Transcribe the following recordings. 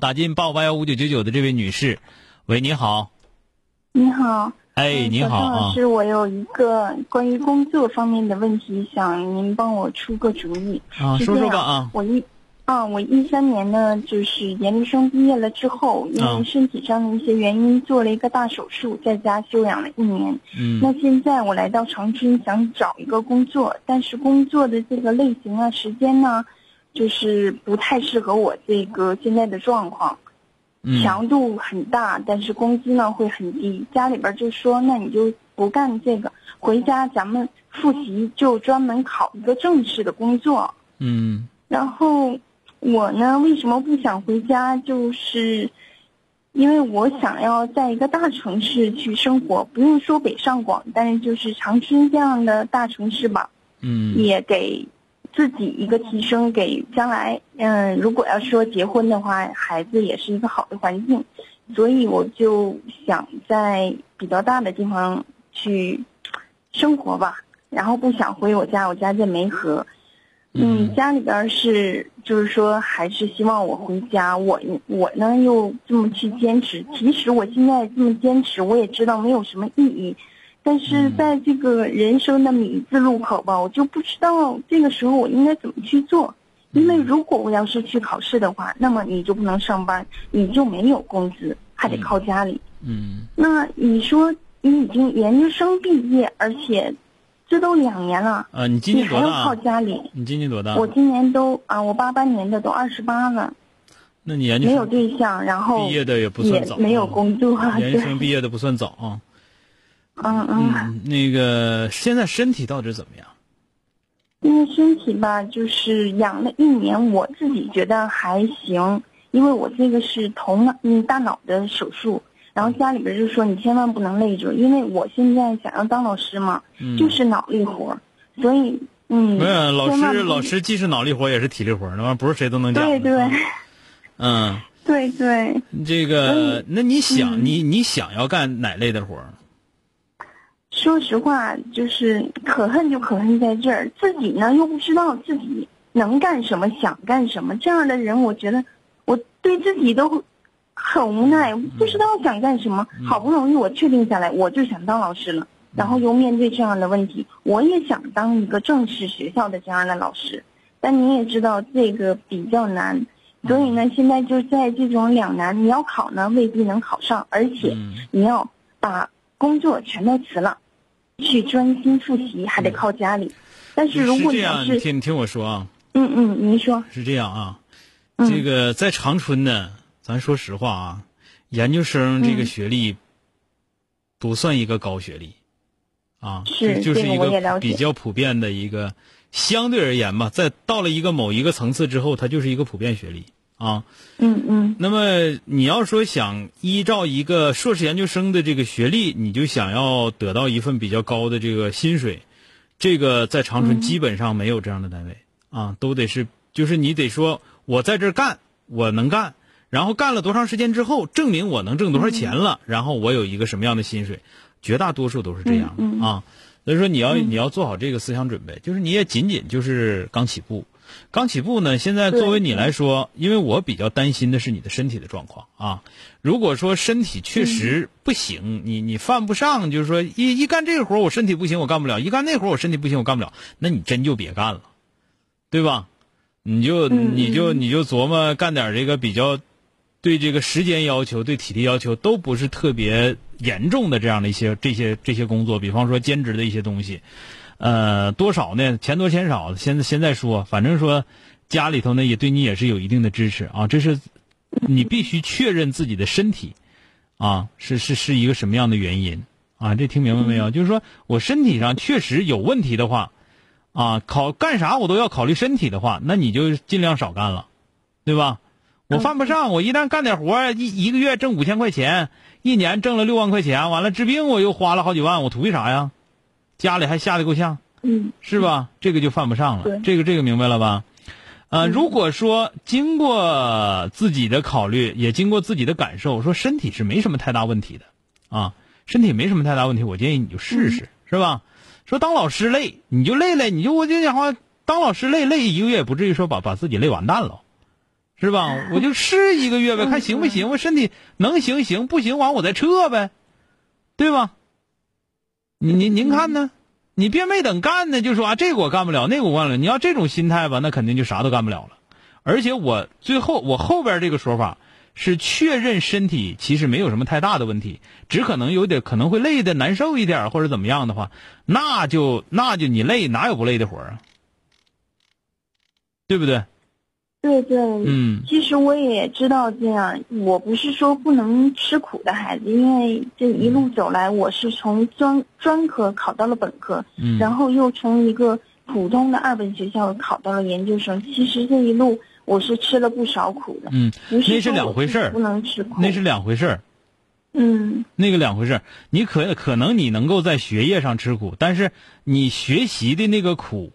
打进八五八幺五九九九的这位女士，喂，你好，你好，哎，嗯你好小宋老啊，师，我有一个关于工作方面的问题，想您帮我出个主意。啊，是说说这样吧啊，我一，啊，我一三年呢，就是研究生毕业了之后，因啊为身体上的一些原因做了一个大手术，在家休养了一年。嗯那现在我来到长春，想找一个工作，但是工作的这个类型啊、时间呢、就是不太适合我这个现在的状况。嗯，强度很大，但是工资呢会很低。家里边就说，那你就不干这个，回家咱们复习，就专门考一个正式的工作。嗯然后我呢，为什么不想回家？就是因为我想要在一个大城市去生活，不用说北上广，但是就是长春这样的大城市吧。嗯也给自己一个提升，给将来，嗯，如果要说结婚的话，孩子也是一个好的环境，所以我就想在比较大的地方去生活吧，然后不想回我家，我家在梅河，嗯，家里边儿是就是说还是希望我回家，我我呢又这么去坚持，其实我现在这么坚持，我也知道没有什么意义，但是嗯在这个人生的米字路口吧，我就不知道这个时候我应该怎么去做。因为如果我要是去考试的话，那么你就不能上班，你就没有工资，还得嗯靠家里。嗯那你说你已经研究生毕业，而且这都两年了，啊，你今你年还多要大靠啊？家里。你今年多大？我今年都啊，我八八年的都二十八了，那你研究没有生对象，然后毕业的也不也算早，没有嗯工作，啊研究对，生毕业的不算早啊。嗯 嗯，嗯，那个现在身体到底怎么样？因为身体吧，就是养了一年，我自己觉得还行，因为我这个是头脑嗯大脑的手术，然后家里边就说你千万不能累着，因为我现在想要当老师嘛，嗯，就是脑力活儿，所以嗯，没有老千万师，不老师既是脑力活也是体力活，那玩意儿不是谁都能讲对的。啊对 嗯，对对。这个嗯，那你想，嗯你你想要干哪类的活儿？说实话，就是可恨就可恨在这儿，自己呢又不知道自己能干什么，想干什么。这样的人，我觉得我对自己都很无奈，不知道想干什么。好不容易我确定下来，我就想当老师了，然后又面对这样的问题，我也想当一个正式学校的这样的老师，但你也知道这个比较难。所以呢，现在就在这种两难，你要考呢未必能考上，而且嗯你要把工作全都辞了，去专心复习，还得靠家里。但是如果这你样，要嗯你是听你听我说啊，嗯嗯，您说是这样啊，嗯这个在长春呢，咱说实话啊，研究生嗯这个学历不算一个高学历啊，是这就这是个一我也了个解比较普遍的一个，相对而言吧，在到了一个某一个层次之后，它就是一个普遍学历啊。嗯嗯那么你要说想依照一个硕士研究生的这个学历，你就想要得到一份比较高的这个薪水，这个在长嗯春基本上没有这样的单位、啊，都得是就是你得说我在这儿干，我能干，然后干了多长时间之后，证明我能挣多少钱嗯了，然后我有一个什么样的薪水，绝大多数都是这样的、嗯嗯啊。所以说你要、你要做好这个思想准备，就是你也仅仅就是刚起步，刚起步呢，现在对作为你来说，因为我比较担心的是你的身体的状况啊。如果说身体确嗯实不行，你你犯不上，就是说一一干这个活儿我身体不行，我干不了；一干那活儿我身体不行，我干不了。那你真就别干了，对吧？你就嗯你就嗯你就琢磨干点这个比较对这个时间要求、对体力要求都不是特别严重的这样的一些这些这些工作，比方说兼职的一些东西，呃，多少呢？钱多钱少，现在现在说，反正说家里头呢也对你也是有一定的支持啊，这是你必须确认自己的身体啊，是是是一个什么样的原因啊？这听明白没有？就是说我身体上确实有问题的话，啊，考干啥我都要考虑身体的话，那你就尽量少干了，对吧？我犯不上，我一旦干点活儿，一一个月挣五千块钱，一年挣了六万块钱，完了治病我又花了好几万，我图啥呀？家里还吓得够呛，嗯，是吧？这个就犯不上了对，这个这个明白了吧？呃，嗯如果说经过自己的考虑，也经过自己的感受，说身体是没什么太大问题的，啊，身体没什么太大问题，我建议你就试试，是吧？说当老师累，你就累累，你就我就讲话，当老师累累一个月，也不至于说把把自己累完蛋了，是吧？我就试一个月呗，嗯看行不行，我身体能行行，不行完我再撤呗，对吧？您您您看呢？你别没等干呢就说啊这个我干不了，那个我干不了，你要这种心态吧，那肯定就啥都干不了了。而且我最后我后边这个说法是确认身体其实没有什么太大的问题，只可能有点可能会累的难受一点或者怎么样的话，那就那就你累哪有不累的活儿啊？对不对？对对，嗯其实我也知道这样，我不是说不能吃苦的孩子，因为这一路走来，我是从专专科考到了本科，嗯，然后又从一个普通的二本学校考到了研究生。其实这一路我是吃了不少苦的，嗯，不那是是说两我回自事己儿不能吃苦，那是两回事儿。嗯那个两回事儿，你可可能你能够在学业上吃苦，但是你学习的那个苦，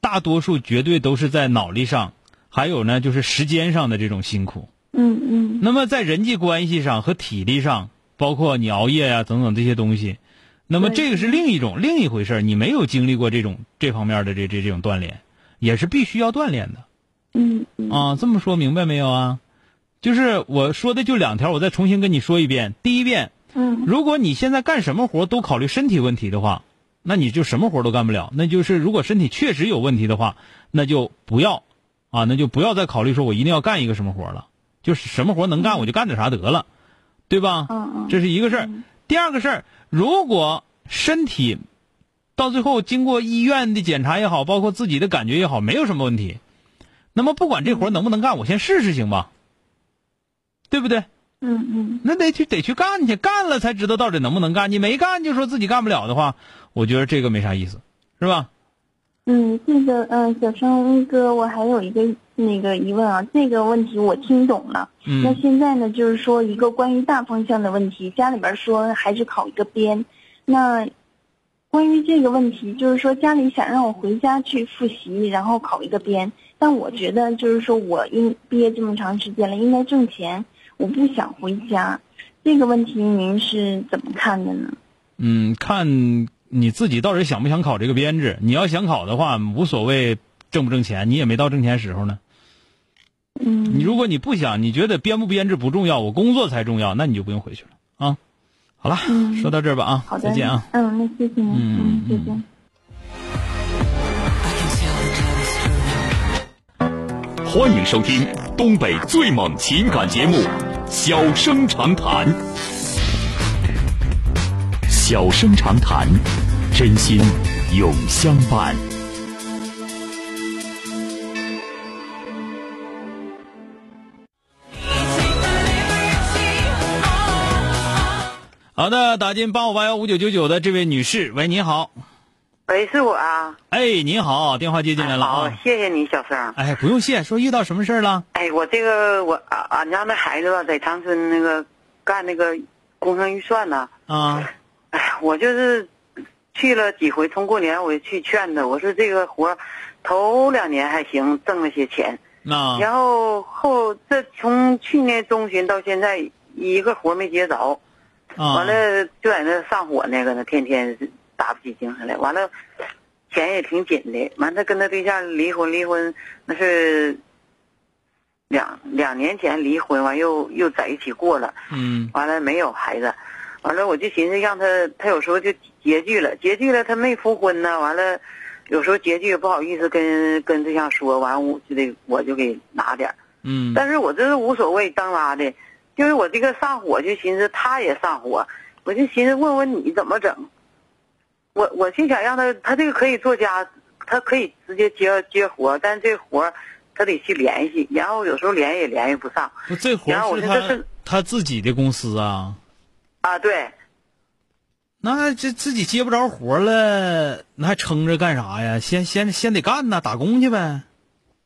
大多数绝对都是在脑力上，还有呢就是时间上的这种辛苦。嗯嗯，那么在人际关系上和体力上，包括你熬夜呀、等等这些东西，那么对这个是另一种另一回事儿，你没有经历过这种这方面的这这这种锻炼，也是必须要锻炼的。嗯嗯啊，这么说明白没有啊？就是我说的就两条，我再重新跟你说一遍。第一遍，嗯如果你现在干什么活都考虑身体问题的话，那你就什么活都干不了。那就是如果身体确实有问题的话，那就不要啊，那就不要再考虑说我一定要干一个什么活了，就是什么活能干我就干点啥得了，对吧？嗯嗯，这是一个事儿。第二个事儿，如果身体到最后经过医院的检查也好，包括自己的感觉也好，没有什么问题，那么不管这活儿能不能干，我先试试行吧？对不对？嗯嗯那得去得去干去，干了才知道到底能不能干。你没干就说自己干不了的话，我觉得这个没啥意思，是吧？嗯，这个嗯，小生哥，我还有一个那个疑问啊，这个问题我听懂了。那嗯现在呢，就是说一个关于大方向的问题，家里边说还是考一个编。那关于这个问题，就是说家里想让我回家去复习，然后考一个编，但我觉得就是说我应毕业这么长时间了，应该挣钱，我不想回家。这个问题您是怎么看的呢？嗯，看你自己到底想不想考这个编制。你要想考的话，无所谓挣不挣钱，你也没到挣钱时候呢。嗯，你如果你不想，你觉得编不编制不重要，我工作才重要，那你就不用回去了啊。好了，嗯说到这儿吧啊，好的，再见啊。嗯，那谢谢您，嗯嗯，再嗯见。欢迎收听东北最猛情感节目《小生长谈》。小生长谈，真心永相伴。好的，打进八五八幺五九九九的这位女士，喂，你好，喂，是我啊。哎，你好，电话接进来了好啊，。谢谢你，小生。哎，不用谢，说遇到什么事儿了？哎，我这个我啊俺家那孩子吧，在长春那个干那个工程预算呢。啊，哎，我就是去了几回，从过年我就去劝他，我说这个活儿头两年还行，挣了些钱，那然后后这从去年中旬到现在一个活儿没接着，啊，完了就在那上火那个呢，天天是打不起精神来。完了，钱也挺紧的。完，他跟他对象离婚，离婚那是两两年前离婚，完又又在一起过了。嗯完了没有孩子，完了我就寻思让他，他有时候就拮据了，拮据了他没复婚呢，完了有时候拮据不好意思跟跟对象说，完我就得我就给拿点儿。嗯但是我这是无所谓当拉的，就是我这个上火就寻思他也上火，我就寻思问问你怎么整。我我就想让他，他这个可以做家，他可以直接接接活，但这活儿他得去联系，然后有时候联系也联系不上不这活然后儿我是就这他是他自己的公司啊，啊。对，那这自己接不着活儿了，那还撑着干啥呀？先先先得干呐，打工去呗。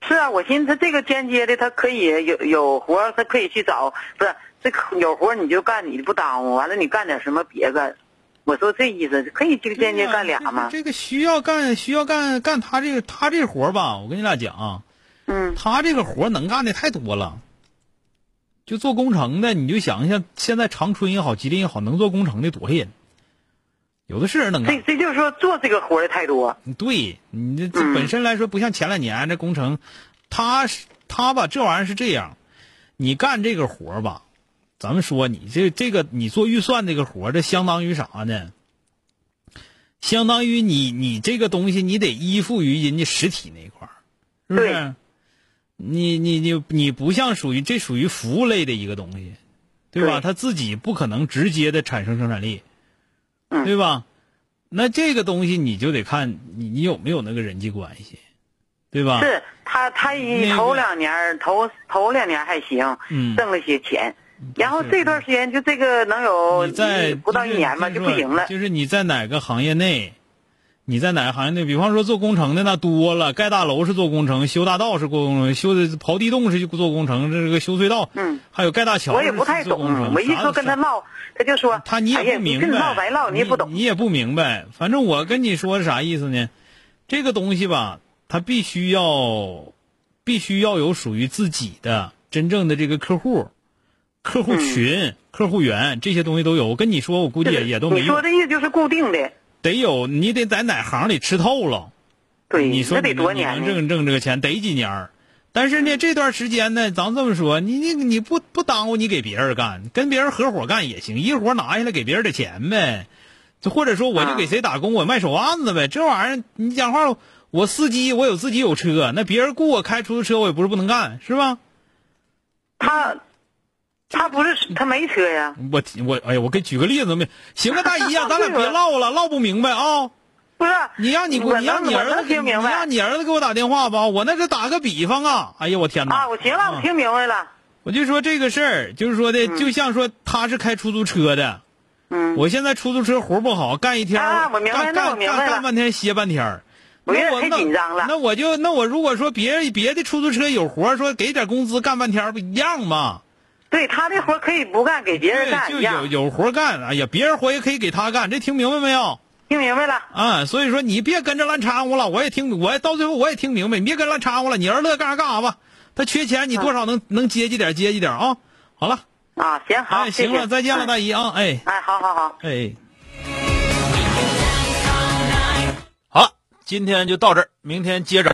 是啊，我寻思这个间接的，他可以有有活儿，他可以去找，不是这个有活儿你就干，你不耽误。完了你干点什么别的，我说这意思可以这个间接干俩吗？这个需要干需要干干他这个他这活儿吧，我跟你俩讲啊，嗯他这个活儿能干的太多了。就做工程的，你就想一下，现在长春也好，吉林也好，能做工程的多些人，有的是人能干这。这就是说做这个活儿的啊太多，对你这这嗯本身来说，不像前两年这工程，他是他吧，这玩意儿是这样，你干这个活儿吧，咱们说你这这个你做预算这个活儿，这相当于啥呢？相当于你你这个东西，你得依附于人家实体那一块儿，是不对是？你你你你不像属于这属于服务类的一个东西，对吧？对他自己不可能直接的产生生产力，嗯对吧？那这个东西你就得看你你有没有那个人际关系，对吧？是他他一那个头两年儿头头两年还行，嗯，挣了些钱，然后是这段时间就这个能有你在不到一年吧就是就说不行了，就是你在哪个行业内，你在哪个行业内？比方说做工程的那多了，盖大楼是做工程，修大道是做工程，修的刨地洞是做工程，这个修隧道，嗯，还有盖大桥我也是不太做工程懂，我一啥说都跟啥他唠，他就说他你哎也呀不你明跟白，你唠白唠，你也不懂，你也不明白。反正我跟你说是啥意思呢？这个东西吧，它必须要，必须要有属于自己的真正的这个客户、客户群、客户源这些东西都有。我跟你说，我估计嗯就也是也都没你用说，的意思就是固定的，得有你得在哪行里吃透了。对，你说这得你多你年能呢？挣挣这个钱得几年儿？但是呢，这段时间呢，咱这么说，你你你不不耽误你给别人干，跟别人合伙干也行，一活拿下来给别人的钱呗。就或者说，我就啊给谁打工，我卖手腕子呗。这玩意儿，你讲话，我司机，我有自己有车，那别人雇我开出租车，我也不是不能干，是吧？他他不是他没车呀，我我哎呀，我给举个例子没？行吧，大姨 呀、咱俩别唠了，唠不明白啊、不是你让你给我我你让能你我儿子能给听你明白让你儿子给我打电话吧，我那是打个比方啊。哎呀，我天哪！啊，我行了，啊我听明白了，我就说这个事儿，就是说的，就像说他是开出租车的，嗯，我现在出租车活不好，干一天儿啊我明白干那干我明白干了干半天歇半天儿我有那点我太那紧张了那我就那我如果说别别的出租车有活儿，说给点工资干半天儿不一样吗？对他这活儿可以不干，给别人干就有一样，有活儿干，哎呀，别人活也可以给他干，这听明白没有？听明白了，啊，所以说你别跟着乱掺和了，我也听，我也到最后我也听明白，你别跟乱掺和了，你儿子干啥干啥吧，他缺钱，你多少能、能接济点儿接济点儿啊。好了，啊，行好，哎，谢谢行了，再见了，嗯大姨啊，哎。哎，好好好。哎，好了，今天就到这儿，明天接着。